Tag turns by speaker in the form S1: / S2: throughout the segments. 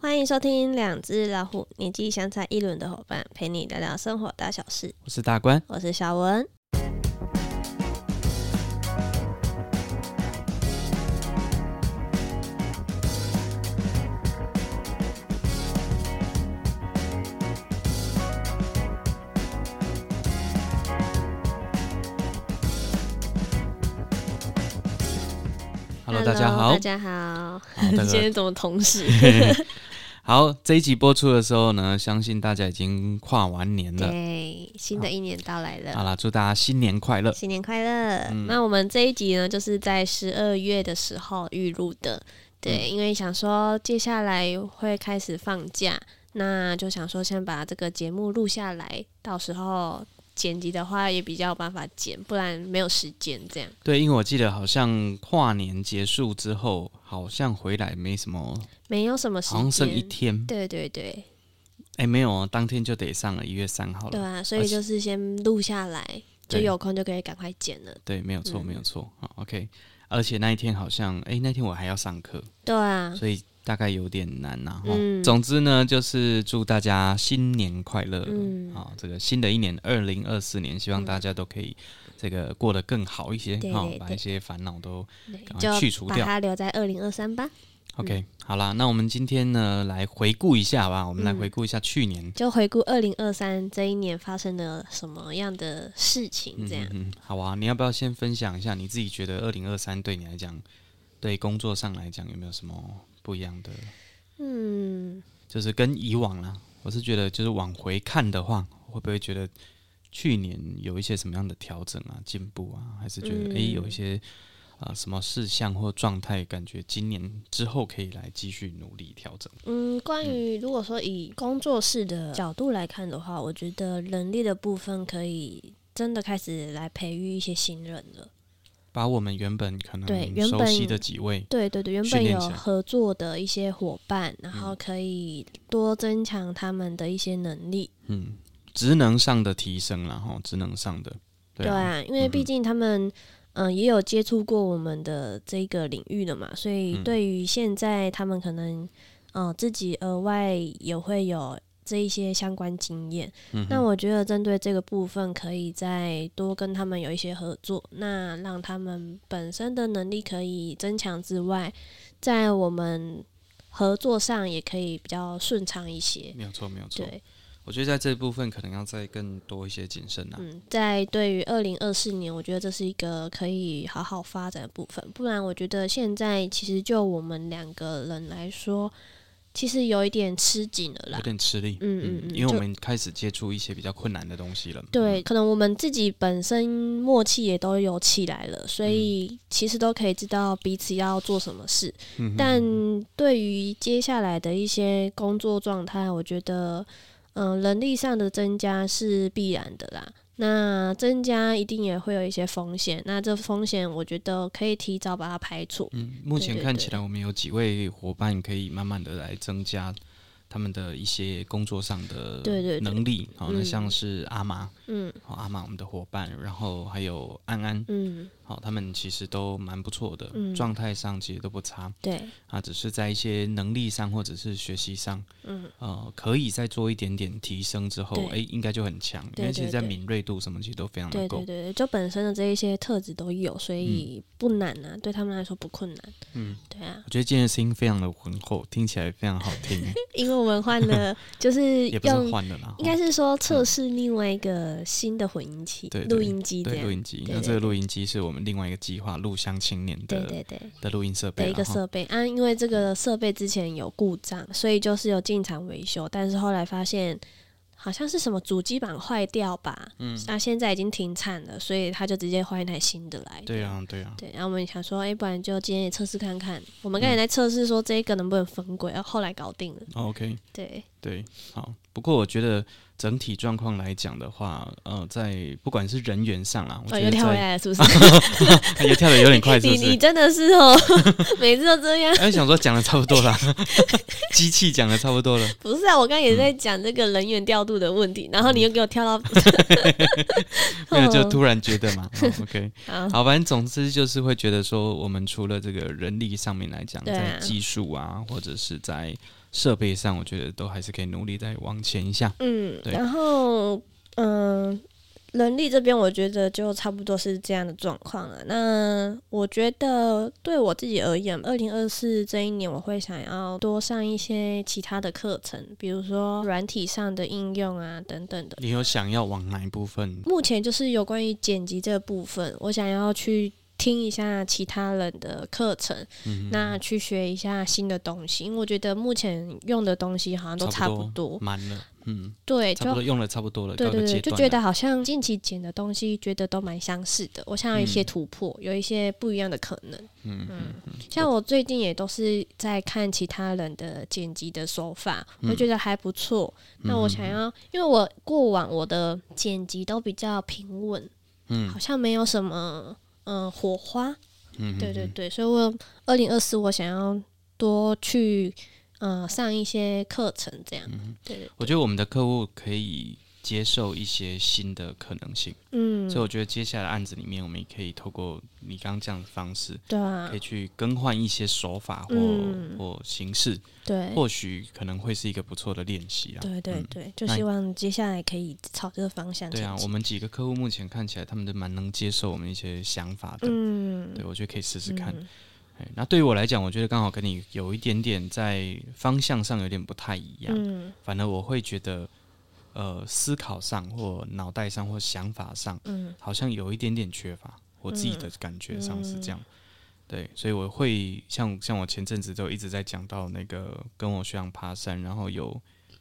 S1: 欢迎收听《两只老虎》，年纪相差一轮的伙伴陪你聊聊生活大小事。
S2: 我是大官，
S1: 我是小文。
S2: Hello，大家好
S1: 大。家好。
S2: 好大
S1: 今
S2: 家
S1: 天怎么同 时？
S2: 好，这一集播出的时候呢，相信大家已经跨完年
S1: 对，
S2: 了。
S1: 哎新的一年到来了。
S2: 好啦，嗯祝大家新年快乐！
S1: 新年快乐！那我们这一集呢，就是在十二月的时候预录的，
S2: 嗯
S1: 对，因为想说接下来会开始放假，那就想说先把这个节目录下来，到时候剪辑的话也比较有办法剪，不然没有时间这样。
S2: 对，因为我记得好像跨年结束之后，好像回来没什么，
S1: 没有什么时间，
S2: 好像剩一天。
S1: 对对对
S2: 哎，没有哦，当天就得上了，一月三号
S1: 对
S2: 了。
S1: 啊，所以就是先录下来，就
S2: 对
S1: 有空就可以赶快剪了。
S2: 对，没有错，
S1: 嗯
S2: 没有错。好，OK。而且那一天好像，哎，那天我还要上课，
S1: 对啊，
S2: 所以大概有点难呐、哦
S1: 嗯
S2: 总之呢，就是祝大家新年快乐。
S1: 嗯
S2: 好、这个新的一年二零二四年，希望大家都可以这个过得更好一些，
S1: 对
S2: 好
S1: 对嗯
S2: 把
S1: 对
S2: 一些烦恼都赶快去
S1: 就
S2: 除
S1: 把
S2: 掉。
S1: 它留在二零二三吧，
S2: OK，、好啦，那我们今天呢来回顾一下吧，我们来
S1: 嗯
S2: 回顾一下去年。
S1: 就回顾二零二三这一年发生了什么样的事情，
S2: 嗯
S1: 这样。
S2: 嗯嗯，好啊，你要不要先分享一下你自己觉得二零二三对你来讲，对工作上来讲有没有什么不一样的？
S1: 嗯，
S2: 就是跟以往啦，我是觉得就是往回看的话，会不会觉得去年有一些什么样的调整啊、进步啊，还是觉得
S1: 嗯
S2: 诶有一些啊、什么事项或状态，感觉今年之后可以来继续努力调整。
S1: 嗯，关于如果说以工作室的角度来看的话，我觉得人力的部分可以真的开始来培育一些新人了。
S2: 把我们原本可
S1: 对
S2: 能
S1: 原
S2: 熟
S1: 本
S2: 悉的几位，
S1: 对对对，原
S2: 训
S1: 本
S2: 练
S1: 有
S2: 起来嗯
S1: 合作的一些伙伴，然后可以多增强他们的一些能力。
S2: 嗯，职能上的提升啦，哈，职能上的，对
S1: 对
S2: 啊，
S1: 啊，因为毕竟他们嗯、呃也有接触过我们的这个领域的嘛，所以
S2: 嗯
S1: 对于现在他们可能嗯、呃自己额外也会有这一些相关经验。
S2: 嗯哼
S1: 那我觉得针对这个部分，可以再多跟他们有一些合作，那让他们本身的能力可以增强之外，在我们合作上也可以比较顺畅一些。
S2: 没有错，没有错。
S1: 对，
S2: 我觉得在这部分可能要再更多一些谨慎啊。
S1: 嗯，在对于二零二四年，我觉得这是一个可以好好发展的部分。不然，我觉得现在其实就我们两个人来说，其实有一点吃紧了啦
S2: 有。点吃力，
S1: 嗯嗯嗯
S2: 因为
S1: 就
S2: 我们开始接触一些比较困难的东西了，
S1: 对，可能我们自己本身默契也都有起来了，所
S2: 嗯
S1: 以其实都可以知道彼此要做什么事。
S2: 嗯，
S1: 但对于接下来的一些工作状态，我觉得，嗯、人力上的增加是必然的啦。那增加一定也会有一些风险，那这风险我觉得可以提早把它排除。
S2: 嗯，目前
S1: 对
S2: 看
S1: 对
S2: 起来我们有几位伙伴可以慢慢的来增加他们的一些工作上的
S1: 对对对
S2: 能力，好，那
S1: 嗯
S2: 像是阿玛，
S1: 嗯
S2: 好阿玛我们的伙伴，然后还有安安，
S1: 嗯，
S2: 好，他们其实都蛮不错的
S1: 嗯，
S2: 状态上其实都不差，
S1: 对，
S2: 啊，只是在一些能力上或者是学习上，
S1: 嗯，
S2: 呃，可以再做一点点提升之后
S1: 对，
S2: 哎，应该就很强，因
S1: 对
S2: 为其实
S1: 对
S2: 在
S1: 对
S2: 敏锐度什么其实都非常的
S1: 对
S2: 够
S1: 对对，对，就本身的这一些特质都有，所以不难啊，对他们来说不困难。
S2: 嗯，
S1: 对啊，
S2: 我觉得今天的声音非常的浑厚，听起来非常好 听，
S1: 因为我们换 了，就是
S2: 也不是
S1: 用
S2: 换的啦，
S1: 应该是说测试另外一个新的混音器
S2: 对、对
S1: 录音机这
S2: 对
S1: 样
S2: 录。音机。
S1: 对
S2: 那
S1: 对
S2: 这
S1: 对
S2: 个录音机是我们另外一个计划“录乡青年”
S1: 对
S2: 的
S1: 对对。
S2: 的录音设备
S1: 的一
S2: 啦，
S1: 个
S2: 然后
S1: 设备啊，因为这个设备之前有故障，所以就是有进厂维修，但是后来发现好像是什么主机板坏掉吧，嗯，那、现在已经停产了，所以他就直接换一台新的来。
S2: 对，啊，对啊，
S1: 对，然后我们想说，哎、不然就今天也测试看看。我们刚
S2: 嗯
S1: 才在测试说这个能不能分轨，然后后来搞定了。
S2: 哦 OK，
S1: 对，
S2: 对，好。不过我觉得整体状况来讲的话，呃，在不管是人员上啦，我
S1: 哦，
S2: 觉
S1: 又
S2: 得
S1: 跳回
S2: 在
S1: 来了，是不是？
S2: 也跳的有点快，是不
S1: 你 你
S2: 是？
S1: 真的是哦，每次都这样。
S2: 哎，想说讲的差不多了， 机器讲的差不多了，
S1: 不是啊，我刚刚也在讲这个人员调度的问题，
S2: 嗯
S1: 然后你又给我跳 到，
S2: 没有就突然觉 得嘛、哦、，OK。
S1: 嗯好
S2: 好，反正总之就是会觉得说，我们除了这个人力上面来讲，
S1: 对啊
S2: 在技术啊，或者是在设备上，我觉得都还是可以努力再往前一下。
S1: 嗯，
S2: 对
S1: 然后嗯、人力这边我觉得就差不多是这样的状况了。那我觉得对我自己而言，二零二四这一年我会想要多上一些其他的课程，比如说软体上的应用啊等等的。
S2: 你有想要往哪一部分？
S1: 目前就是有关于剪辑这部分，我想要去。听一下其他人的课程，
S2: 嗯哼，
S1: 那去学一下新的东西，因为我觉得目前用的东西好像都差不多，
S2: 满了，嗯，
S1: 对，
S2: 差
S1: 就
S2: 不多用了差不多了，
S1: 对
S2: 到一
S1: 对
S2: 个
S1: 对，
S2: 阶
S1: 就
S2: 段
S1: 觉
S2: 了
S1: 得好像近期剪的东西，觉得都蛮相似的。我想要一些
S2: 嗯
S1: 突破，有一些不一样的可能。
S2: 嗯嗯嗯
S1: 像我最近也都是在看其他人的剪辑的手法，
S2: 嗯
S1: 我觉得还不错。那我想要，因为我过往我的剪辑都比较平稳，
S2: 嗯
S1: 好像没有什么嗯、呃火花。
S2: 嗯，
S1: 对对对，所以我二零二四我想要多去嗯、呃上一些课程，这样。
S2: 嗯
S1: 对对，
S2: 我觉得我们的客户可以接受一些新的可能性，
S1: 嗯，
S2: 所以我觉得接下来的案子里面，我们也可以透过你刚刚这样的方式，
S1: 对啊
S2: 可以，去更换一些手法或、
S1: 嗯
S2: 或形式，
S1: 对。
S2: 或许可能会是一个不错的练习啊。
S1: 对对
S2: 嗯
S1: 对，就
S2: 那
S1: 希
S2: 你
S1: 望接下来可以朝这个方向
S2: 对
S1: 前，
S2: 啊我
S1: 进。
S2: 们几个客户目前看起来，他们都蛮能接受我们一些想法的。
S1: 嗯，
S2: 对，我觉得可以试试看。
S1: 嗯
S2: 哎那对于我来讲，我觉得刚好跟你有一点点在方向上有点不太一样。
S1: 嗯
S2: 反而我会觉得，呃，思考上或脑袋上或想法上，
S1: 嗯
S2: 好像有一点点缺乏。我自己的感觉上是
S1: 嗯
S2: 这样，对，所以我会像像我前阵子都一直在讲到那个跟我学长爬山，然后有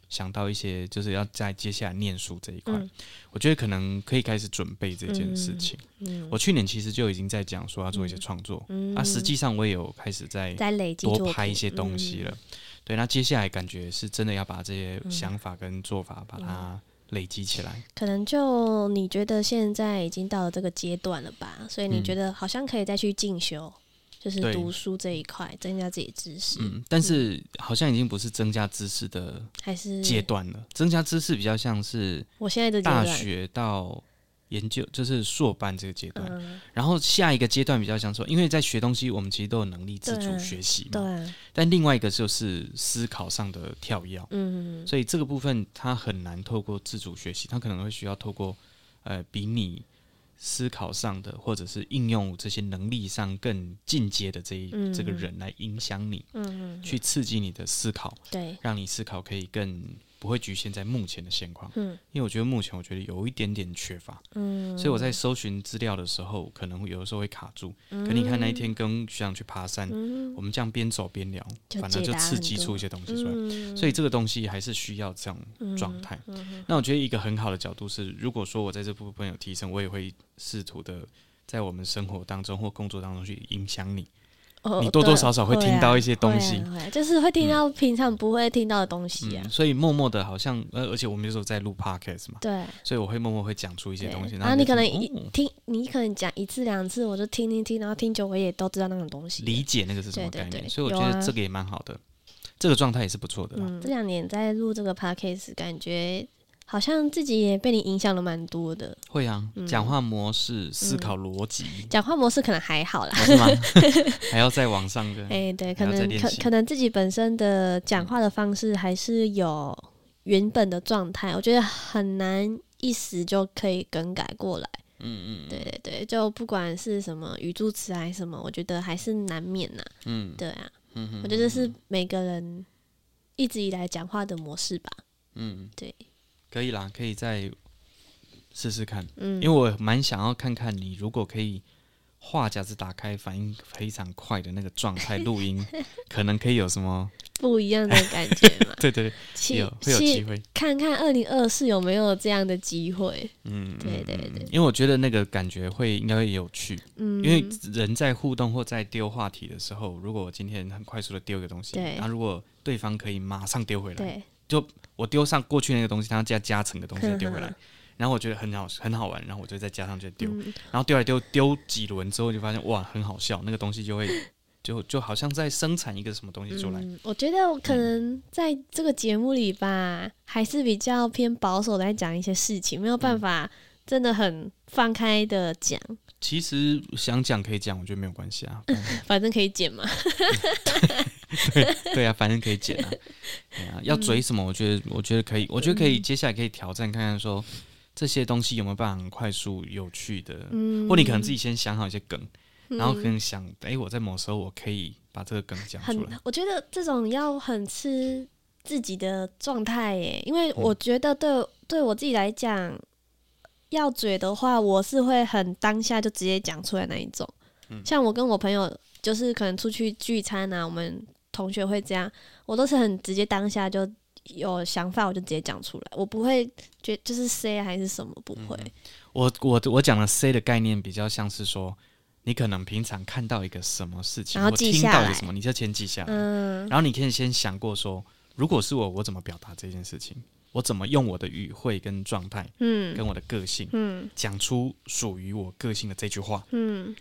S2: 想到一些就是要在接下来念书这一块，
S1: 嗯
S2: 我觉得可能可以开始准备这件事情。
S1: 嗯，
S2: 我去年其实就已经在讲说要做一些创作，
S1: 嗯
S2: 啊，实际上我也有开始在
S1: 在累积
S2: 多
S1: 作
S2: 拍一
S1: 品
S2: 些东西
S1: 嗯
S2: 了。对，那接下来感觉是真的要把这些想法跟做法把它
S1: 嗯
S2: 累积起来。
S1: 可能就你觉得现在已经到了这个阶段了吧，所以你
S2: 嗯
S1: 觉得好像可以再去进修，就是
S2: 对
S1: 读书这一块，增加自己知识，
S2: 嗯，但是好像已经不是增加知识的
S1: 还是
S2: 阶段了，增加知识比较像是
S1: 我现在嗯的阶
S2: 大
S1: 段，
S2: 学到研究，就是硕班这个阶段。
S1: 嗯，
S2: 然后下一个阶段比较像说，因为在学东西，我们其实都有能力自主
S1: 对
S2: 学习
S1: 对
S2: 嘛。
S1: 啊，
S2: 但另外一个就是思考上的跳跃。
S1: 嗯，
S2: 所以这个部分它很难透过自主学习，它可能会需要透过呃比你思考上的或者是应用这些能力上更进阶的这一、
S1: 嗯
S2: 这个人来影响你，
S1: 嗯嗯，
S2: 去刺激你的思考，
S1: 对，
S2: 让你思考可以更不会局限在目前的现况。
S1: 嗯
S2: 因为我觉得目前我觉得有一点点缺乏，
S1: 嗯，
S2: 所以我在搜寻资料的时候，可能会有的时候会卡住。
S1: 嗯，
S2: 可你看那一天跟学长去爬山，
S1: 嗯，
S2: 我们这样边走边聊，
S1: 就
S2: 反而就
S1: 解答
S2: 刺激
S1: 很多
S2: 出一些东西出来。
S1: 嗯，
S2: 所以这个东西还是需要这种状态。那我觉得一个很好的角度是，如果说我在这部分有提升，我也会试图的在我们生活当中或工作当中去影响你。
S1: 哦
S2: 你多多
S1: 对
S2: 少少会
S1: 啊
S2: 听到一些东西
S1: 会啊会啊就是会听到平常不会听到的东西啊
S2: 嗯，。所以默默的，好像呃，而且我们那时候在录 podcast 嘛，
S1: 对，
S2: 所以我会默默会讲出一些
S1: 对
S2: 东西。
S1: 然后你可能
S2: 就
S1: 一
S2: 听哦
S1: 听，你可能讲一次两次，我就听听听，然后听久我也都知道那种东西。
S2: 理解那个是什么
S1: 对
S2: 概
S1: 对
S2: 念，
S1: 对
S2: 所以我
S1: 有
S2: 觉
S1: 啊
S2: 得这个也蛮好的，这个状态也是不错的啦。
S1: 嗯，这两年在录这个 podcast，感觉好像自己也被你影响了蛮多的。
S2: 会啊，
S1: 嗯
S2: 讲话模式、思考逻辑，
S1: 讲话模式可能还好啦，
S2: 哦是吗？还要再往上跟。
S1: 哎、对，可
S2: 还要再
S1: 能
S2: 练
S1: 可
S2: 习
S1: 可能自己本身的讲话的方式还是有原本的状
S2: 嗯
S1: 态，我觉得很难一时就可以更改过来。
S2: 嗯嗯
S1: 对对对，就不管是什么语助词还是什么，我觉得还是难免呐、
S2: 嗯
S1: 对啊，
S2: 嗯嗯
S1: 我觉得这是每个人一直以来讲话的模式吧。
S2: 嗯，
S1: 对，
S2: 可以啦，可以再试试看，
S1: 嗯
S2: 因为我蛮想要看看你如果可以话匣子打开，反应非常快的那个状态 录音，可能可以有什么？。
S1: 不一样的感觉嘛
S2: 对对对，
S1: 去
S2: 有会有机
S1: 去
S2: 会，
S1: 看看二零二四有没有这样的机会。
S2: 嗯，
S1: 对
S2: 嗯
S1: 对
S2: 嗯
S1: 对
S2: 因为我觉得那个感觉会应该会有趣，
S1: 嗯，
S2: 因为人在互动或在丢话题的时候，如果我今天很快速的丢一个东西，
S1: 对
S2: 然后如果对方可以马上丢回来，
S1: 对，嗯
S2: 我丢上过去那个东西，他再加成的东西再丢回
S1: 哼
S2: 来，然后我觉得很好很好玩，然后我就再加上去丢，
S1: 嗯
S2: 然后丢来丢丢几轮之后，就发现哇，很好笑，那个东西 就会就就好像在生产一个什么东西出来。
S1: 嗯，我觉得我可能在这个节目里吧，还是比较偏保守来讲一些事情，没有办法真的很放开的讲，
S2: 其实想讲可以讲，我觉得没有关系啊。
S1: 反正可以剪嘛。
S2: 对啊，反正可以剪啊。对啊，要追什么？我觉得，我觉得
S1: 嗯
S2: 可以，我觉得可以，接下来可以挑战看看说。这些东西有没有办法很快速、有趣的？
S1: 嗯
S2: 或你可能自己先想好一些梗，然后可
S1: 嗯
S2: 能想，哎、我在某时候我可以把这个梗讲出来
S1: 很，，我觉得这种要很吃自己的状态耶，因
S2: 嗯
S1: 为我觉得对、对我自己来讲，要嘴的话，我是会很当下就直接讲出来那一种。
S2: 嗯
S1: 像我跟我朋友，就是可能出去聚餐啊，我们同学会这样，我都是很直接当下就有想法，我就直接讲出来，我不会觉就是 say 还是什么，不会。
S2: 我我我讲的 C 的概念比较像是说，你可能平常看到一个什么事情，
S1: 然后
S2: 或
S1: 记
S2: 听
S1: 下
S2: 到一
S1: 来
S2: 个什么，你就先记下来，
S1: 嗯
S2: 然后你可以先想过说，如果是我，我怎么表达这件事情？我怎么用我的语汇跟状态，
S1: 嗯
S2: 跟我的个性，
S1: 嗯
S2: 讲出属于我个性的这句话？
S1: 嗯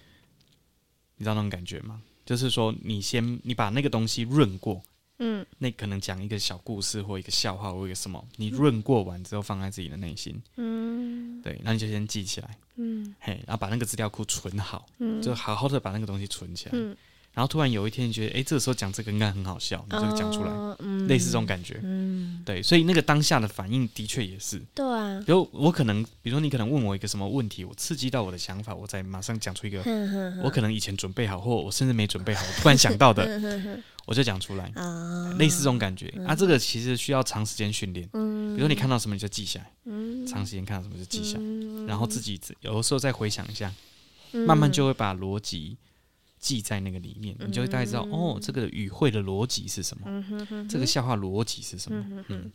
S2: 你知道那种感觉吗？就是说，你先你把那个东西润过，
S1: 嗯
S2: 那可能讲一个小故事或一个笑话或一个什么，你润过完之后放在自己的内心，
S1: 嗯
S2: 对，那你就先记起来，
S1: 嗯
S2: 嘿，然后把那个资料库存好，
S1: 嗯，
S2: 就好好的把那个东西存起来。
S1: 嗯
S2: 然后突然有一天，你觉得，哎，这个时候讲这个应该很好笑，你就讲出来，
S1: 哦嗯
S2: 类似这种感觉。
S1: 嗯，
S2: 对，所以那个当下的反应的确也是，
S1: 对啊，
S2: 比如我可能，比如说你可能问我一个什么问题，我刺激到我的想法，我再马上讲出一个
S1: 哼哼哼
S2: 我可能以前准备好，或我甚至没准备好，我突然想到的，
S1: 哼哼哼
S2: 我就讲出来，
S1: 啊，
S2: 类似这种感觉。啊，这个其实需要长时间训练。比
S1: 嗯，
S2: 如说你看到什么你就记下来，
S1: 嗯
S2: 长时间看到什么就记下来，
S1: 嗯
S2: 然后自己自有的时候再回想一下，慢慢就会把逻辑记在那个里面，你就会大概知道哦，这个语汇的逻辑是什么，
S1: 嗯哼哼
S2: 这个笑话逻辑是什么，嗯，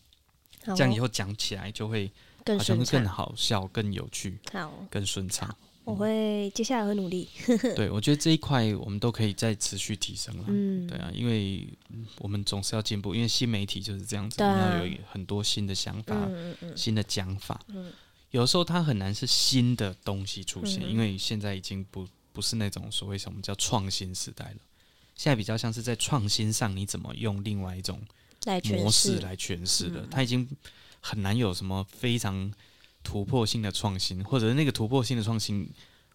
S1: 好
S2: 这样以
S1: 哦
S2: 后讲起来就会
S1: 更
S2: 好像
S1: 顺
S2: 会
S1: 畅
S2: 更。好笑、更有趣、
S1: 好，
S2: 更顺畅。
S1: 我会接下来会努力。
S2: 对我觉得这一块我们都可以再持续提升了。
S1: 嗯，
S2: 对啊，因为嗯我们总是要进步，因为新媒体就是这样子，
S1: 对
S2: 我
S1: 啊
S2: 们要有很多新的想法、
S1: 嗯嗯嗯
S2: 新的讲法。
S1: 嗯
S2: 有时候它很难是新的东西出现，
S1: 嗯
S2: 因为现在已经不不是那种所谓什么叫创新时代了，现在比较像是在创新上你怎么用另外一种
S1: 来诠
S2: 模式
S1: 释，嗯
S2: 来诠释的，它已经很难有什么非常突破性的创新，或者是那个突破性的创新，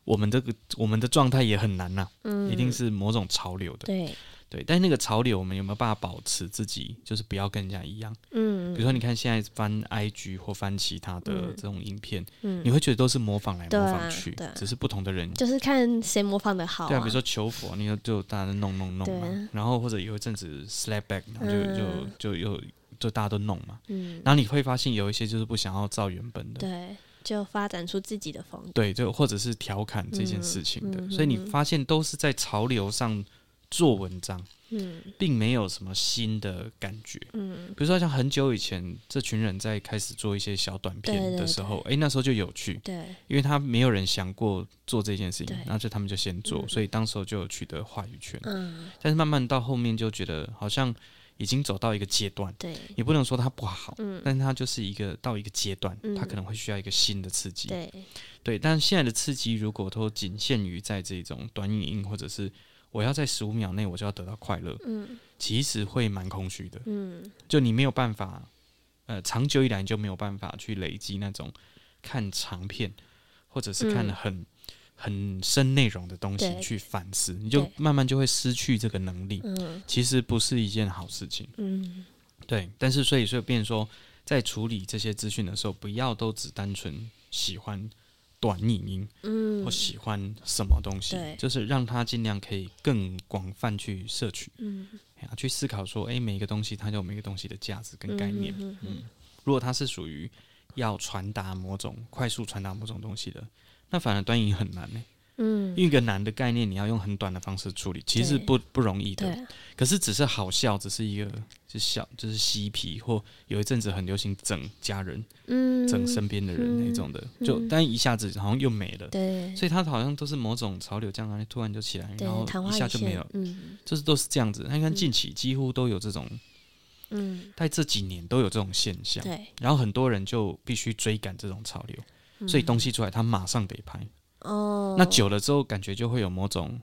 S2: 我们这个我们的状态也很难呐、
S1: 嗯
S2: 一定是某种潮流的。
S1: 对，
S2: 对，但是那个潮流，我们有没有办法保持自己，就是不要跟人家一样？比
S1: 嗯
S2: 如说，你看现在翻 IG 或翻其他的
S1: 嗯
S2: 这种影片，你
S1: 嗯，
S2: 会觉得都是模仿来
S1: 对
S2: 模
S1: 啊
S2: 仿去，
S1: 对啊
S2: 只是不同的人。
S1: 就是看谁模仿的好
S2: 对
S1: 啊
S2: 啊，比如。说求佛，你就就大家都弄弄弄
S1: 对啊
S2: 嘛，然后或者有一阵子 slap back，然后就、
S1: 嗯
S2: 就就又就大家都弄嘛，
S1: 嗯，
S2: 然后你会发现有一些就是不想要照原本的，
S1: 对，就发展出自己的风格。
S2: 对，就或者是调侃这件事情的，
S1: 嗯嗯
S2: 所以你
S1: 嗯
S2: 发现都是在潮流上做文章，
S1: 嗯
S2: 并没有什么新的感觉。
S1: 嗯，
S2: 比如说像很久以前，这群人在开始做一些小短片
S1: 对
S2: 的
S1: 对
S2: 时候，诶，那时候就有趣，
S1: 对，
S2: 因为他没有人想过做这件事情
S1: 对，
S2: 然后就他们就先做，所以当时候就有取得话语权。
S1: 嗯
S2: 但是慢慢到后面就觉得好像已经走到一个阶段，
S1: 对
S2: 也不能说它不好，
S1: 嗯
S2: 但是它就是一个到一个阶段，
S1: 嗯
S2: 它可能会需要一个新的刺激。
S1: 对，
S2: 对，但现在的刺激如果都仅限于在这种短影音，或者是我要在十五秒内我就要得到快乐，
S1: 嗯
S2: 其实会蛮空虚的。
S1: 嗯
S2: 就你没有办法，呃，长久以来你就没有办法去累积那种看长片或者是看
S1: 嗯
S2: 很、很深内容的东西
S1: 对
S2: 去反思，你就
S1: 对
S2: 慢慢就会失去这个能力。
S1: 嗯
S2: 其实不是一件好事情，
S1: 嗯，
S2: 对。但是所以所以变成说，在处理这些资讯的时候，不要都只单纯喜欢短影音
S1: 嗯
S2: 或喜欢什么东西，
S1: 对
S2: 就是让它尽量可以更广泛去摄取。
S1: 嗯
S2: 哎呀去思考说，诶，每一个东西它有每个东西的价值跟概念。
S1: 嗯嗯
S2: 如果它是属于要传达某种快速传达某种东西的，那反而端影很难呢、
S1: 嗯，
S2: 因为一个难的概念，你要用很短的方式处理，其实
S1: 对
S2: 不不容易的。
S1: 对，
S2: 可是只是好笑，只是一个就笑，就是嬉皮，或有一阵子很流行整家人、
S1: 嗯，
S2: 整身边的人
S1: 嗯
S2: 那种的，就
S1: 嗯
S2: 但一下子好像又没了。
S1: 对，
S2: 所以它好像都是某种潮流，这样啊，突然就起来，
S1: 对
S2: 然后
S1: 昙花
S2: 一下就
S1: 现
S2: 没了，
S1: 嗯
S2: 就是都是这样子。那你看
S1: 嗯
S2: 近期几乎都有这种，
S1: 嗯，
S2: 在这几年都有这种现象。
S1: 对，
S2: 然后很多人就必须追赶这种潮流，所以东西出来他马上得拍。
S1: 嗯哦，
S2: 那久了之后，感觉就会有某种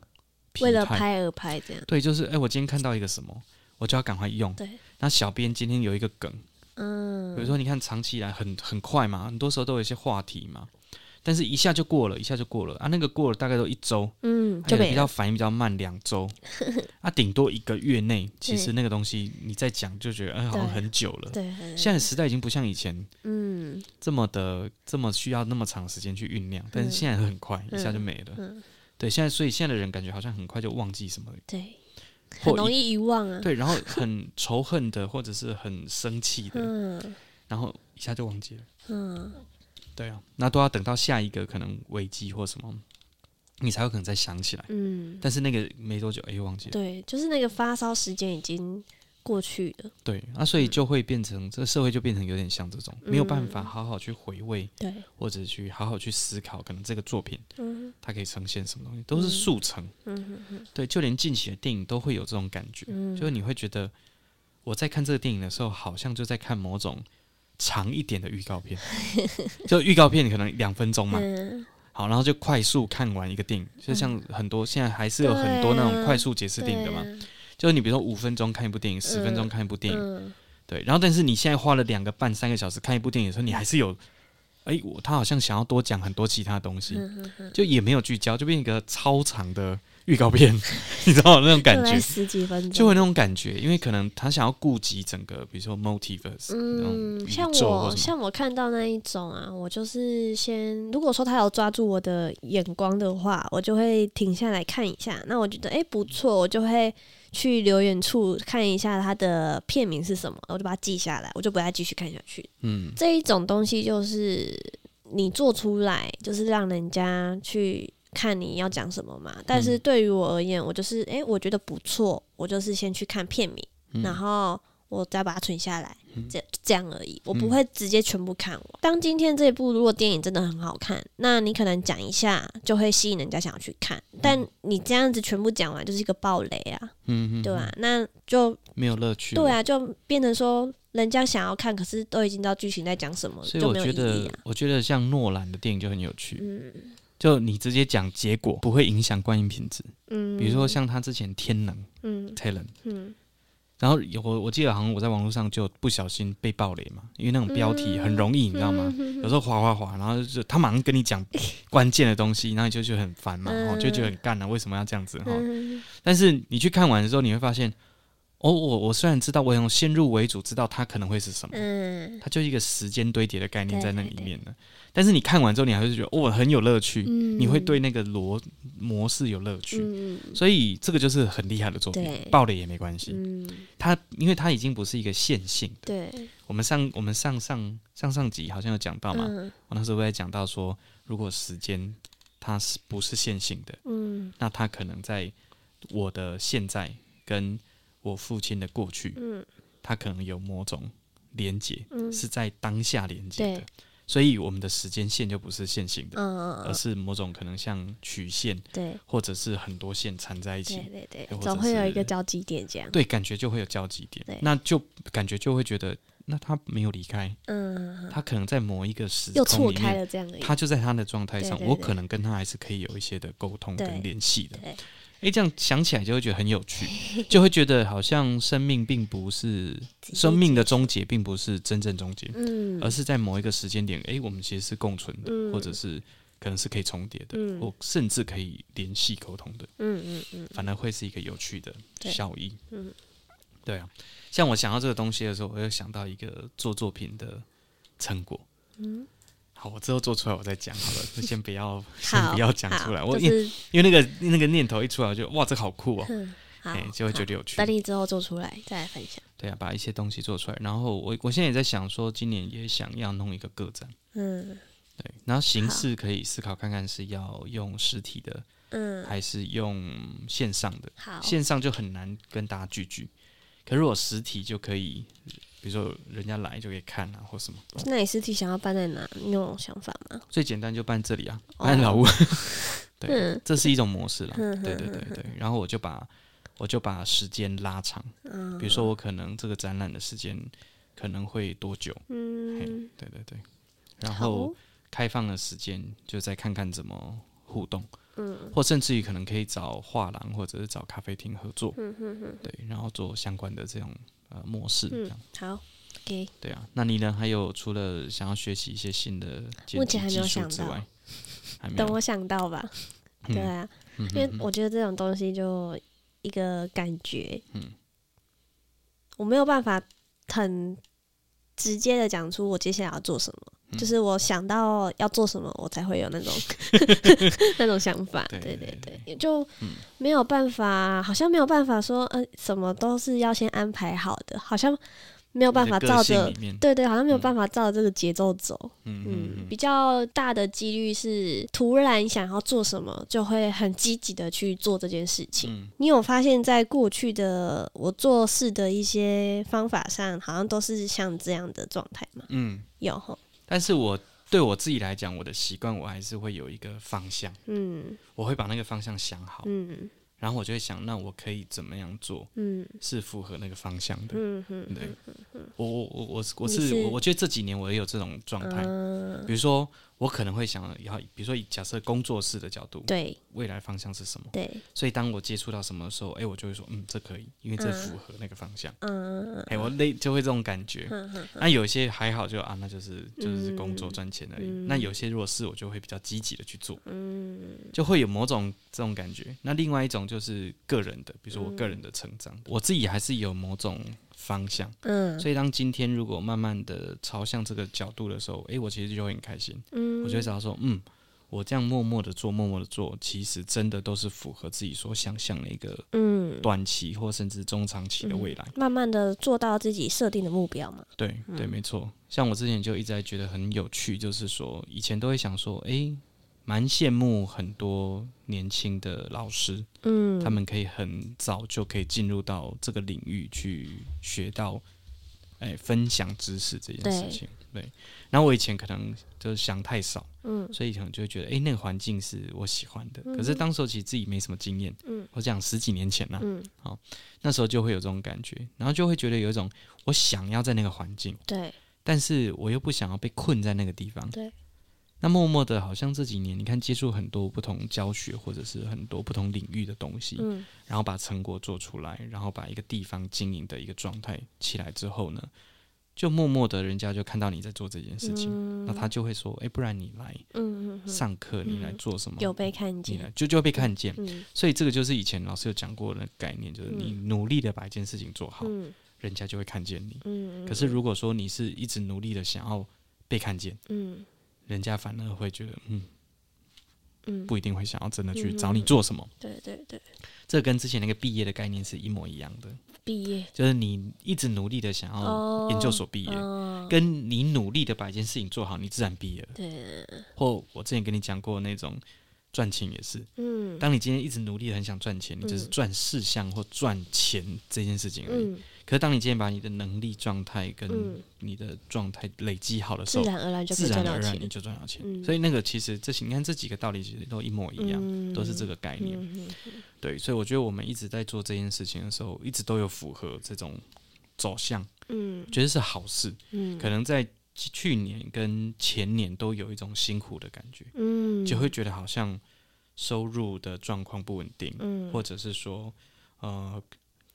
S2: 疲
S1: 为了
S2: 态，
S1: 拍而拍这样，
S2: 对，就是哎、我今天看到一个什么，我就要赶快用。
S1: 对，
S2: 那小编今天有一个梗，
S1: 嗯，
S2: 比如说你看长期以来很很快嘛，很多时候都有一些话题嘛。但是一下就过了，一下就过了啊，那个过了大概都一周，
S1: 嗯，就
S2: 哎
S1: 没
S2: 比
S1: 了。
S2: 较反应比较慢，两周啊，顶多一个月内，其实那个东西你再讲就觉得哎，好像
S1: 对
S2: 很久了。
S1: 对，
S2: 现在时代已经不像以前
S1: 嗯，
S2: 这么的这么需要那么长时间去酝酿，
S1: 嗯
S2: 但是现在很快、一下就没了。对，现在所以现在的人感觉好像很快就忘记什么，
S1: 对，很
S2: 或
S1: 容
S2: 一
S1: 易遗忘啊。
S2: 对，然后很仇恨的或者是很生气的，
S1: 嗯
S2: 然后一下就忘记了。
S1: 嗯，
S2: 对啊，那都要等到下一个可能危机或什么，你才有可能再想起来。
S1: 嗯，
S2: 但是那个没多久，哎、又忘记了。
S1: 对，就是那个发烧时间已经过去了。
S2: 对，那、所
S1: 嗯
S2: 以就会变成这个社会就变成有点像这种，没有办法好好去回味，
S1: 对，
S2: 或者去好好去思考，可能这个作品
S1: 嗯
S2: 它可以呈现什么东西，都是速成。对，就连近期的电影都会有这种感觉，
S1: 嗯，
S2: 就是你会觉得我在看这个电影的时候，好像就在看某种长一点的预告 片，就预告片可能两分钟嘛，
S1: 嗯
S2: 好，然后就快速看完一个电影，就像很多现在还是有很多
S1: 对
S2: 那
S1: 啊
S2: 种快速解释电影的嘛，就是你比如说五分钟看一部电影，十分钟看一部电影，
S1: 嗯，
S2: 对，然后但是你现在花了两个半三个小时看一部电影的时候，你还是有，哎、我他好像想要多讲很多其他东西，
S1: 嗯
S2: 就也没有聚焦，就变一个超长的预告片， 你知道那种感
S1: 就
S2: 觉
S1: 来。十几分钟，
S2: 就会那种感觉，因为可能他想要顾及整个，比如说 multiverse，、那种
S1: 嗯，像
S2: 宇宙或
S1: 我
S2: 什么，
S1: 像我看到那一种啊，我就是先如果说他有抓住我的眼光的话，我就会停下来看一下。那我觉得诶不错，我就会去留言处看一下它的片名是什么，我就把它记下来，我就不再继续看下去。
S2: 嗯，
S1: 这一种东西就是你做出来，就是让人家去看你要讲什么嘛。但
S2: 嗯
S1: 是对于我而言，我就是诶，我觉得不错，我就是先去看片名。
S2: 嗯
S1: 然后我再把它存下来，
S2: 嗯
S1: 这这样而已。我
S2: 嗯
S1: 不会直接全部看完。当今天这部如果电影真的很好看，那你可能讲一下就会吸引人家想要去看，但你这样子全部讲完就是一个暴雷啊，
S2: 嗯嗯嗯，
S1: 对吧、
S2: 嗯
S1: 那就
S2: 没有乐趣，
S1: 对啊，就变成说人家想要看，可是都已经知道剧情在讲什么，
S2: 所以
S1: 就
S2: 我
S1: 没有
S2: 觉
S1: 意义
S2: 得
S1: 啊。，
S2: 我觉得像诺兰的电影就很有趣，
S1: 嗯
S2: 就你直接讲结果不会影响观影品质。
S1: 嗯，
S2: 比如说像他之前《天能》
S1: 嗯
S2: （Talent），
S1: 嗯
S2: 然后有我我记得好像我在网络上就不小心被爆雷嘛，因为那种标题很容易，你知道
S1: 嗯
S2: 吗？有时候划划划，然后就是他马上跟你讲关键的东西，然后你就觉得很烦嘛，
S1: 嗯
S2: 哦，就觉得很干了、为什么要这样子哈？
S1: 嗯
S2: 但是你去看完的时候，你会发现，哦，我我虽然知道我用先入为主知道它可能会是什么，
S1: 嗯
S2: 它就是一个时间堆叠的概念在那里
S1: 对
S2: 面的。但是你看完之后，你还是觉得哦很有乐趣，
S1: 嗯，
S2: 你会对那个逻模式有乐趣。
S1: 嗯
S2: 所以这个就是很厉害的作品
S1: 对，
S2: 爆了也没关系。
S1: 嗯
S2: 它因为它已经不是一个线性的。
S1: 对
S2: 我们上我们上上上上集好像有讲到嘛，
S1: 嗯
S2: 我那时候在讲到说，如果时间它是不是线性的，
S1: 嗯
S2: 那它可能在我的现在跟我父亲的过去，
S1: 嗯
S2: 它可能有某种连接，
S1: 嗯
S2: 是在当下连接的
S1: 对。
S2: 所以我们的时间线就不是线性的，
S1: 嗯
S2: 而是某种可能像曲线，
S1: 对。
S2: 或者是很多线缠在一起
S1: 对。对对
S2: 又，或
S1: 总
S2: 者
S1: 会有
S2: 是
S1: 一个交集点这样。
S2: 对，感觉就会有交集点
S1: 对，
S2: 那就感觉就会觉得，那他没有离开，
S1: 嗯，
S2: 他可能在某一个时
S1: 又错
S2: 空里
S1: 开
S2: 面，
S1: 了这样而已。
S2: 他就在他的状态上，
S1: 对对
S2: 我
S1: 对
S2: 可能跟他还是可以有一些的沟通跟
S1: 对
S2: 联系的。
S1: 对，
S2: 诶，这样想起来就会觉得很 有趣，就会觉得好像生命并不是
S1: 直接
S2: 生命的终结，并不是真正终结，
S1: 嗯
S2: 而是在某一个时间点，诶，我们其实是共存的，或者
S1: 嗯
S2: 是可能是可以重叠的，
S1: 嗯
S2: 我甚至可以联系沟通的。
S1: 嗯嗯嗯
S2: 反而会是一个有趣的
S1: 对
S2: 效益。
S1: 嗯，
S2: 对啊，像我想到这个东西的时候，我又想到一个做作品的成果。
S1: 嗯，
S2: 好，我之后做出来我再讲好了， 先不要先
S1: 好，
S2: 不要讲
S1: 好
S2: 出来。我
S1: 就
S2: 因为
S1: 是
S2: 因为那个那个念头一出来，我就哇，这个好酷哦，
S1: 嗯好
S2: 哎，，就会觉
S1: 好
S2: 得有趣
S1: 等。你之后做出来再来分享。
S2: 对啊，把一些东西做出来。然后我我现在也在想说，今年也想要弄一个个展。
S1: 嗯
S2: 对，然后形
S1: 好
S2: 式可以思考看看是要用实体的，
S1: 嗯，
S2: 还是用线上的。
S1: 好，
S2: 线上就很难跟大家聚聚，可如果实体就可以，比如说人家来就可以看啊，或什么。
S1: 那你实体想要办在哪？你有想法吗？
S2: 最简单就办这里啊，
S1: 哦
S2: 办老屋。对，
S1: 嗯
S2: 这是一种模式啦。
S1: 嗯
S2: 对对对对，然后我就把我就把时间拉长，
S1: 嗯
S2: 比如说我可能这个展览的时间可能会多久？
S1: 嗯，
S2: 对对对，然
S1: 好
S2: 后开放的时间就再看看怎么互动。嗯，或甚至于可能可以找画廊或者是找咖啡厅合作，
S1: 嗯哼哼，
S2: 对，然后做相关的这种呃模式，这
S1: 嗯
S2: 样。
S1: 好，OK，
S2: 对啊，那你呢？还有除了想要学习一些新的剪
S1: 目
S2: 辑
S1: 前还没
S2: 技
S1: 有
S2: 术
S1: 想
S2: 之
S1: 到
S2: 外，还没
S1: 等
S2: 有
S1: 我想到吧。
S2: 嗯
S1: 对啊，
S2: 嗯
S1: 因为
S2: 哼
S1: 我觉得这种东西就一个感觉，
S2: 嗯
S1: 我没有办法很直接的讲出我接下来要做什么，
S2: 嗯
S1: 就是我想到要做什么，我才会有 那种 那种想法。
S2: 对
S1: 对对
S2: 对
S1: 对，也就
S2: 嗯
S1: 没有办法，好像没有办法说，呃，什么都是要先安排好的，好像没有办法
S2: 你的
S1: 照
S2: 个性
S1: 着
S2: 里。面，
S1: 对对，好像没有
S2: 嗯
S1: 办法照着这个节奏走。
S2: 嗯
S1: 嗯
S2: 嗯，
S1: 比较大的几率是突然想要做什么，就会很积极的去做这件事情。
S2: 嗯
S1: 你有发现，在过去的我做事的一些方法上，好像都是像这样的状态吗？
S2: 嗯，
S1: 有吼，
S2: 但是我对我自己来讲，我的习惯我还是会有一个方向，
S1: 嗯
S2: 我会把那个方向想好，
S1: 嗯
S2: 然后我就会想，那我可以怎么样做
S1: 嗯
S2: 是符合那个方向的。
S1: 嗯嗯
S2: 对，我我我我是我
S1: 你
S2: 是
S1: 是
S2: 我，我觉得这几年我也有这种状态。
S1: 嗯，
S2: 比如说，我可能会想要，比如说以假设工作室的角度，
S1: 对
S2: 未来方向是什么？
S1: 对，
S2: 所以当我接触到什么的时候，哎、我就会说，嗯，这可以，因为这
S1: 嗯
S2: 符合那个方向。
S1: 嗯
S2: 哎、我类就会这种感觉。那有一些还好就，啊，那就是
S1: 嗯
S2: 就是工作赚钱而已。那有些如果是我就会比较积极的去做，
S1: 嗯
S2: 就会有某种这种感觉。那另外一种就是个人的，比如说我个人的成长，我自己还是有某种方向。
S1: 嗯
S2: 所以当今天如果慢慢的朝向这个角度的时候，哎、我其实就会很开心。
S1: 嗯，
S2: 我就会知道说，嗯，我这样默默的做，默默的做，其实真的都是符合自己所想象的一个
S1: 嗯，
S2: 短期或甚至中长期的未来。
S1: 慢慢的做到自己设定的目标嘛。
S2: 对对，没错。像我之前就一直在觉得很有趣，就是说以前都会想说，诶，蛮羡慕很多年轻的老师，
S1: 嗯，
S2: 他们可以很早就可以进入到这个领域去学到，哎、分享知识这件事
S1: 对
S2: 情。对，然后我以前可能就是想太少，
S1: 嗯
S2: 所以可能就会觉得，哎、那个环境是我喜欢的。可是当时候其实自己没什么经验，
S1: 嗯
S2: 我讲十几年前呐、
S1: 嗯，
S2: 那时候就会有这种感觉，然后就会觉得有一种我想要在那个环境，
S1: 对
S2: 但是我又不想要被困在那个地方。
S1: 对，
S2: 那默默的，好像这几年你看接触很多不同教学或者是很多不同领域的东西，
S1: 嗯
S2: 然后把成果做出来，然后把一个地方经营的一个状态起来之后呢，就默默的人家就看到你在做这件事情，
S1: 嗯
S2: 那他就会说，哎、不然你来
S1: 嗯嗯嗯，
S2: 上课，你来做什么？
S1: 有被看
S2: 你
S1: 见
S2: 来，就就会被看见。
S1: 嗯
S2: 所以这个就是以前老师有讲过的概念，就是你努力的把一件事情做好，
S1: 嗯
S2: 人家就会看见你。
S1: 嗯
S2: 可是如果说你是一直努力的想要被看见，
S1: 嗯
S2: 人家反而会觉得，嗯，
S1: 嗯，
S2: 不一定会想要真的去找你做什么。
S1: 对对对，
S2: 这跟之前那个毕业的概念是一模一样的，
S1: 毕业
S2: 就是你一直努力的想要
S1: 哦
S2: 研究所毕业，
S1: 嗯，
S2: 跟你努力的把一件事情做好，你自然毕业了。
S1: 对，
S2: 或我之前跟你讲过那种赚钱也是，
S1: 嗯
S2: 当你今天一直努力地很想赚钱，你就是
S1: 嗯
S2: 赚事项或赚钱这件事情而已。
S1: 嗯，
S2: 可是当你今天把你的能力状态跟
S1: 嗯
S2: 你的状态累积好的时
S1: 自
S2: 候，
S1: 然而然就可
S2: 自
S1: 以
S2: 然
S1: 赚到
S2: 而然
S1: 钱
S2: 你，就赚到钱。
S1: 嗯
S2: 所以那个其实这些你看这几个道理其实都一模一样，
S1: 嗯
S2: 都是这个概念。
S1: 嗯
S2: 对，所以我觉得我们一直在做这件事情的时候，一直都有符合这种走向，
S1: 嗯
S2: 觉得是好事。
S1: 嗯，
S2: 可能在去去年跟前年都有一种辛苦的感觉，
S1: 嗯
S2: 就会觉得好像收入的状况不稳定，
S1: 嗯
S2: 或者是说呃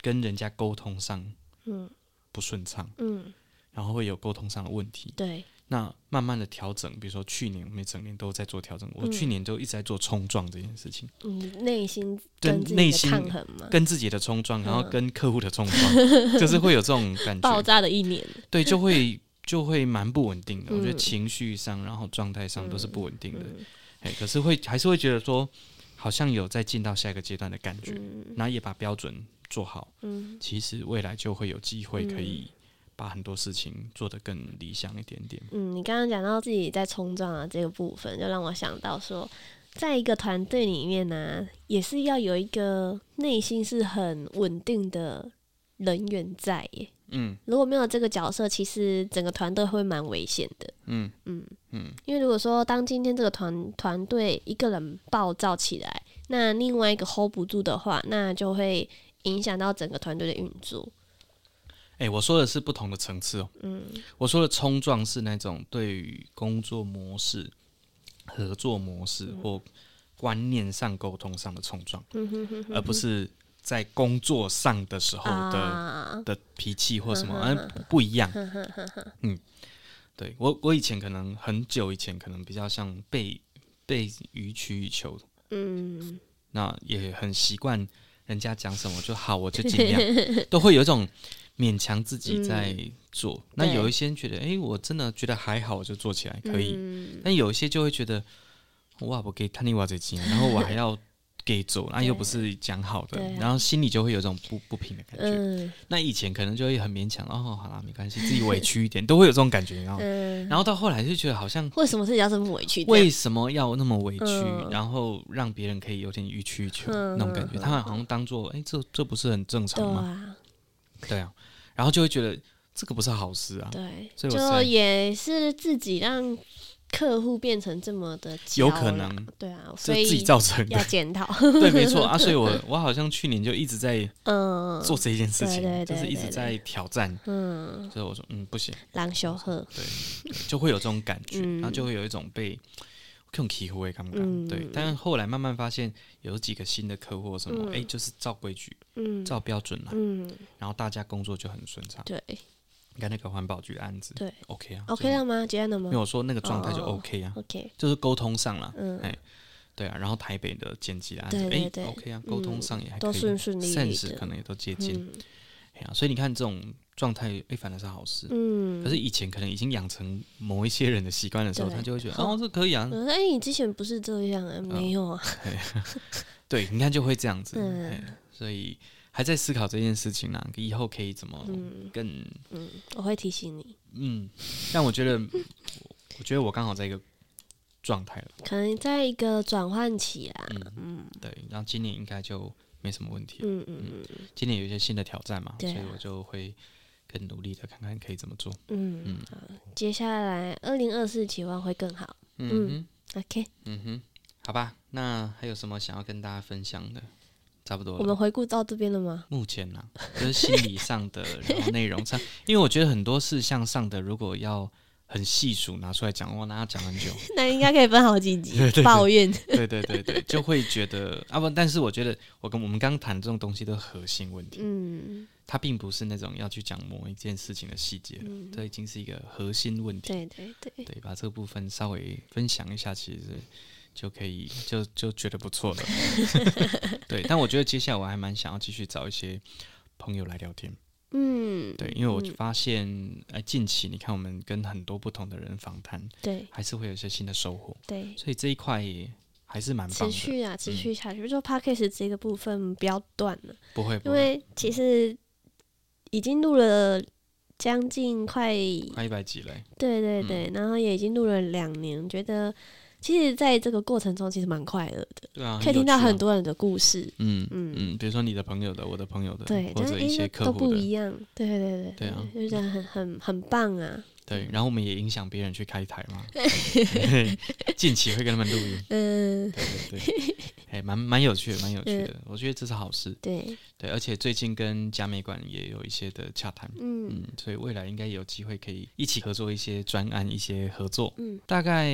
S2: 跟人家沟通上
S1: 嗯
S2: 不顺畅，
S1: 嗯
S2: 然后会有沟通上的问题。
S1: 对，
S2: 那慢慢的调整，比如说去年我们整年都在做调整，我
S1: 嗯
S2: 去年就一直在做冲撞这件事情，
S1: 你内心
S2: 对
S1: 跟自己
S2: 内
S1: 的
S2: 心
S1: 抗衡嘛，
S2: 跟自己的冲撞，然后
S1: 嗯
S2: 跟客户的冲撞， 就是会有这种感
S1: 爆
S2: 觉，
S1: 炸的一年，
S2: 对，就会就会蛮不稳定的。我觉得
S1: 嗯
S2: 情绪上，然后状态上都是不稳定的，
S1: 嗯
S2: 哎、可是会还是会觉得说，好像有在进到下一个阶段的感觉，
S1: 嗯
S2: 然后也把标准做好，
S1: 嗯
S2: 其实未来就会有机会可以把很多事情做得更理想一点点。
S1: 嗯，你刚刚讲到自己在冲撞啊这个部分，就让我想到说，在一个团队里面呢、也是要有一个内心是很稳定的人员在耶。
S2: 嗯
S1: 如果没有这个角色，其实整个团队会蛮危险的。
S2: 嗯
S1: 嗯，
S2: 嗯
S1: 因为如果说当今天这个团团队一个人暴躁起来，那另外一个 hold 不住的话，那就会影响到整个团队的运作。
S2: 哎、我说的是不同的层次哦。
S1: 嗯
S2: 我说的冲撞是那种对于工作模式、合作模式或观念上、沟通上的冲撞，
S1: 嗯哼哼哼
S2: 而不是在工作上的时候的、
S1: 啊，
S2: 的脾气或什么，
S1: 嗯
S2: 嗯，不一样。嗯嗯，对我我以前可能很久以前可能比较像被被予取予求，
S1: 嗯，
S2: 那也很习惯人家讲什么就好，我就尽 量，都会有一种勉强自己在
S1: 嗯
S2: 做。那有一些人觉得，哎、我真的觉得还好，我就做起来可以。
S1: 嗯
S2: 但有一些就会觉得，哇，我给他你哇这钱，然后我还要给走，那又不是讲好的，
S1: 对啊
S2: 然后心里就会有一种不不平的感觉。
S1: 嗯
S2: 那以前可能就会很勉强，哦，好啦，没关系， 自己委屈一点，都会有这种感觉，然后，
S1: 嗯，
S2: 然后到后来就觉得好像
S1: 为什么自己要这么委屈？
S2: 为什么要那么委屈，
S1: 嗯
S2: 然后让别人可以有点予取予求、
S1: 嗯
S2: 那种感觉，他们好像当做，哎、这这不是很正
S1: 对
S2: 常吗？
S1: 啊，
S2: 对啊，然后就会觉得这个不是好事啊，
S1: 对，
S2: 所以我
S1: 就
S2: 才
S1: 也是自己让客户变成这么的焦
S2: 有
S1: 啦，
S2: 可能
S1: 对啊，
S2: 这
S1: 所以
S2: 自己造成
S1: 要
S2: 的，
S1: 检讨，
S2: 对，没错啊，所以我我好像去年就一直在
S1: 嗯，
S2: 做这一件事情，
S1: 对对
S2: 就是一
S1: 对
S2: 直
S1: 对
S2: 在挑战，
S1: 嗯，
S2: 所以我说，嗯，不行，
S1: 狼修鹤，
S2: 就会有这种感觉，
S1: 嗯
S2: 然后就会有一种被更体会感觉，
S1: 嗯
S2: 对。但是后来慢慢发现，有几个新的客户或什么，哎、就是照规矩、
S1: 嗯
S2: 照标准来，
S1: 嗯，
S2: 然后大家工作就很顺畅。
S1: 对
S2: 你看那个环保局的案子，
S1: 对
S2: ，OK 啊
S1: ，OK
S2: 啊，
S1: 了吗？结案了吗
S2: 没有说那个状态就
S1: 哦
S2: OK 啊，
S1: ？OK，
S2: 就是沟通上了，
S1: 嗯
S2: 哎对啊。然后台北的剪辑的案子，
S1: 对对
S2: 哎
S1: 对嗯
S2: OK 啊，沟通上也还可以，
S1: 都顺顺利利的
S2: sense 可能也都接近，
S1: 嗯
S2: 哎呀、所以你看这种状态，哎，反而是好事。
S1: 嗯，
S2: 可是以前可能已经养成某一些人的习惯的时候，
S1: 对
S2: 他就会觉得
S1: 哦
S2: 哦，这可以啊，
S1: 我说哎，你之前不是这样
S2: 嗯
S1: 啊？没有啊，
S2: 对，你看就会这样子。
S1: 嗯
S2: 嘿所以还在思考这件事情呢、以后可以怎么
S1: 嗯
S2: 更
S1: 嗯，我会提醒你，
S2: 嗯但我觉得，我觉得我刚好在一个状态了，
S1: 可能在一个转换期啊啦，
S2: 嗯对，然后今年应该就没什么问题了。
S1: 嗯嗯
S2: 今年有一些新的挑战嘛，所
S1: 对啊
S2: 以我就会更努力的看看可以怎么做。
S1: 嗯嗯，好，接下来二零二四期望会更好
S2: 嗯哼，
S1: ，OK，
S2: 嗯哼，好吧，那还有什么想要跟大家分享的？差不多了，
S1: 我们回顾到这边了吗？
S2: 目前呢、 就是心理上的，然后内容上，因为我觉得很多事项上的，如果要很细数拿出来讲，哇，那要讲很久。
S1: 那应该可以分好几集抱怨，
S2: 对对对对，就会觉得啊不，但是我觉得我跟我们刚刚谈这种东西都是核心问 题，
S1: 嗯，
S2: 它并不是那种要去讲某一件事情的细节了，
S1: 嗯
S2: 这已经是一个核心问题。
S1: 对对对，
S2: 对，把这个部分稍微分享一下，其实就可以就就觉得不错了。 对，但我觉得接下来我还蛮想要继续找一些朋友来聊天。
S1: 嗯，
S2: 对，因为我发现，哎、近期你看我们跟很多不同的人访谈，
S1: 对
S2: 还是会有一些新的收获，
S1: 对。
S2: 所以这一块也还是蛮棒
S1: 持
S2: 的。
S1: 续啊，持续下去，就 p a c k a g e 这个部分不要断了，
S2: 不会，不
S1: 因
S2: 会，
S1: 为其实已经录了将近快
S2: 快一百集了欸，
S1: 对对对，然后也已经录了两年，觉得其实在这个过程中其实蛮快乐的，
S2: 对啊，
S1: 可以
S2: 有
S1: 听到
S2: 趣啊
S1: 很，多人的故事，
S2: 嗯
S1: 嗯
S2: 嗯嗯，比如说你的朋友的，我的朋友的，
S1: 对，
S2: 或
S1: 但是
S2: 者一些
S1: 诶
S2: 客
S1: 都
S2: 户
S1: 不
S2: 的，
S1: 一样，对对对
S2: 对啊
S1: 就觉得很很很棒啊，
S2: 对，然后我们也影响别人去开台 嘛，近期会跟他们录音，
S1: 嗯，
S2: 对对对，哎，蛮蛮有趣的，蛮有趣的，我觉得这是好事，
S1: 对，
S2: 对，而且最近跟佳美馆也有一些的洽谈，
S1: 嗯
S2: 嗯，所以未来应该有机会可以一起合作一些专案、一些合作。
S1: 嗯
S2: 大概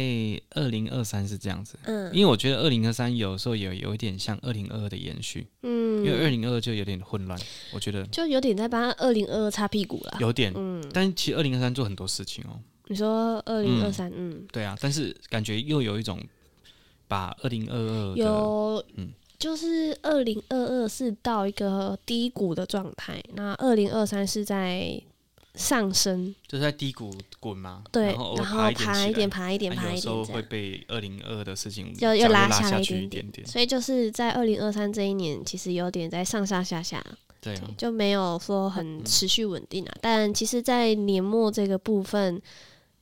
S2: 二零二三是这样子，
S1: 嗯
S2: 因为我觉得二零二三有时候也有一点像二零二二的延续，因为二
S1: 嗯，
S2: 零二二就有点混乱，我觉得
S1: 就有点在帮二零二二擦屁股啦。
S2: 有点。
S1: 嗯，
S2: 但其实二零二三做很多事情哦，
S1: 你说二零二三，嗯，
S2: 对啊，但是感觉又有一种把二零二二的
S1: 有
S2: 嗯，
S1: 就是二零二二是到一个低谷的状态，那二零二三是在上升，
S2: 就是在低谷滚嘛，
S1: 对，
S2: 然后偶
S1: 然
S2: 尔
S1: 后
S2: 爬
S1: 爬一点，
S2: 爬
S1: 爬一点，爬
S2: 哎有
S1: 一
S2: 时候
S1: 点，
S2: 会被二零二二的事情
S1: 又又
S2: 脚
S1: 拉
S2: 拉
S1: 下来一
S2: 去
S1: 点
S2: 一点点，
S1: 所以就是在二零二三这一年，其实有点在上上下下，
S2: 对啊，
S1: 就没有说
S2: 嗯
S1: 很持续稳定啊。但其实，在年末这个部分，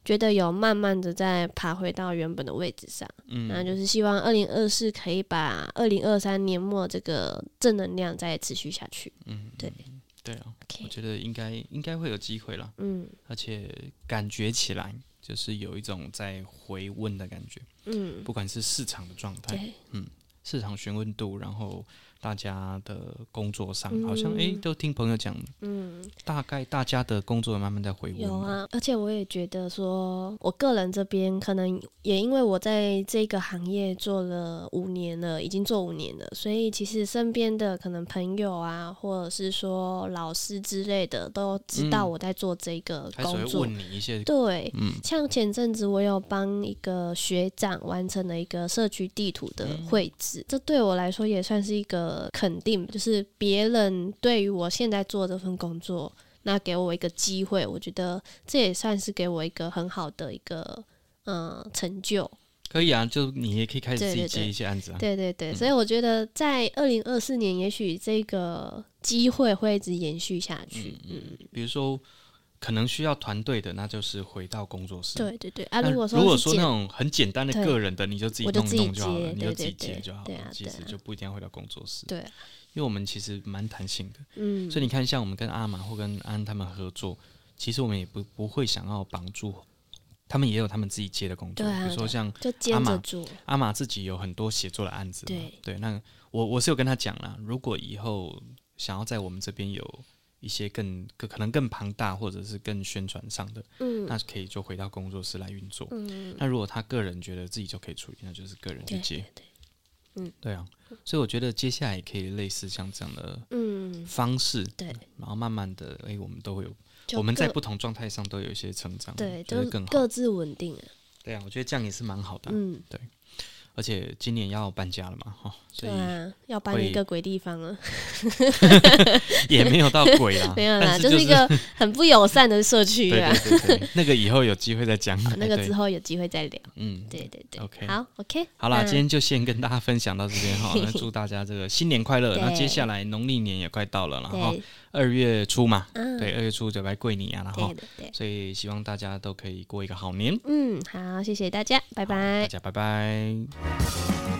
S1: 觉得有慢慢的在爬回到原本的位置上。
S2: 嗯，
S1: 那就是希望二零二四可以把二零二三年末这个正能量再持续下去。
S2: 嗯，
S1: 对
S2: 嗯，对啊，我
S1: OK，
S2: 觉得应该应该会有机会啦，
S1: 嗯
S2: 而且感觉起来就是有一种在回温的感觉，
S1: 嗯，
S2: 不管是市场的状态、
S1: 对，
S2: 市场询问度，然后大家的工作上，好像哎、都听朋友讲，
S1: 嗯，
S2: 大概大家的工作慢慢在回温
S1: 有
S2: 嘛。
S1: 啊，而且我也觉得说，我个人这边可能也因为我在这个行业做了五年了，已经做五年了，所以其实身边的可能朋友啊，或者是说老师之类的，都知道
S2: 嗯
S1: 我在做这个
S2: 开始
S1: 工
S2: 会
S1: 作。
S2: 问你一些，
S1: 对，
S2: 嗯
S1: 像前阵子我有帮一个学长完成了一个社区地图的
S2: 嗯
S1: 绘制，这对我来说也算是一个肯定，就是别人对于我现在做这份工作，那给我一个机会，我觉得这也算是给我一个很好的一个。嗯，成就，
S2: 可以啊，就你也可以开始
S1: 对
S2: 自己
S1: 对
S2: 接
S1: 对
S2: 一些案子啊。
S1: 对对对，所以我觉得在二零二四年，也许这个机会会一直延续下去。嗯，
S2: 比如说，可能需要团队的，那就是回到工作室。
S1: 对对对。啊，
S2: 那
S1: 如果说
S2: 如果
S1: 是
S2: 说
S1: 简
S2: 那种很简单的
S1: 对
S2: 个人的，你就自己
S1: 我就
S2: 弄一
S1: 自己
S2: 弄就好了，
S1: 接
S2: 你
S1: 对
S2: 就自
S1: 对
S2: 己接
S1: 对
S2: 就好
S1: 对啊
S2: 了。其
S1: 对
S2: 实
S1: 啊
S2: 就不一定要回到工作室，
S1: 对，
S2: 因为我们其实蛮弹性的。
S1: 嗯，
S2: 所以你看，像我们跟阿玛或跟安他们合作，其实我们也不不会想要绑住他们，也有他们自己接的工作，
S1: 对啊
S2: 比如说
S1: 对
S2: 像
S1: 就接
S2: 阿
S1: 着
S2: 玛
S1: 做。
S2: 阿玛自己有很多写作的案子嘛，
S1: 对
S2: 那我我是有跟他讲啦，如果以后想要在我们这边有一些更更可能更庞大或者是更宣传上的，
S1: 嗯
S2: 那可以就回到工作室来运作。
S1: 嗯，
S2: 那如果他个人觉得自己就可以处理，那就是个人去
S1: 对
S2: 接
S1: 对，对，
S2: 对啊，所以我觉得接下来也可以类似像这样的
S1: 嗯，
S2: 方式，
S1: 对，
S2: 然后慢慢的，诶，我们都会有，
S1: 就
S2: 我们在
S1: 各
S2: 不同状态上都有一些成长，
S1: 对，
S2: 就
S1: 就是
S2: 更好。
S1: 各自稳定啊。
S2: 对啊，我觉得这样也是蛮好的啊、
S1: 嗯，
S2: 而且今年要搬家了嘛，哈、所
S1: 对
S2: 以
S1: 啊，要搬一
S2: 会啊
S1: 个鬼地方了，，
S2: 也没有到鬼啦
S1: 没有啦，
S2: 但
S1: 就是是一个很不友善的社区
S2: 对
S1: 啊。，
S2: 对对对，那个以后有机会再讲
S1: 那个之
S2: 后，
S1: 后有机会再聊。
S2: 嗯，
S1: 对对对
S2: OK
S1: 好，OK，
S2: 好啦，
S1: 那
S2: 今天就先跟大家分享到这边哈，那祝大家这个新年快乐。
S1: 对
S2: 那接下来农历年也快到了，然后
S1: 对，
S2: 二月初嘛，
S1: 嗯，
S2: 对，二月初就该跪你啊，然后
S1: 对，对对，
S2: 所以希望大家都可以过一个好年。
S1: 嗯，好，谢谢大家，拜
S2: 好大
S1: 拜。
S2: 家拜拜。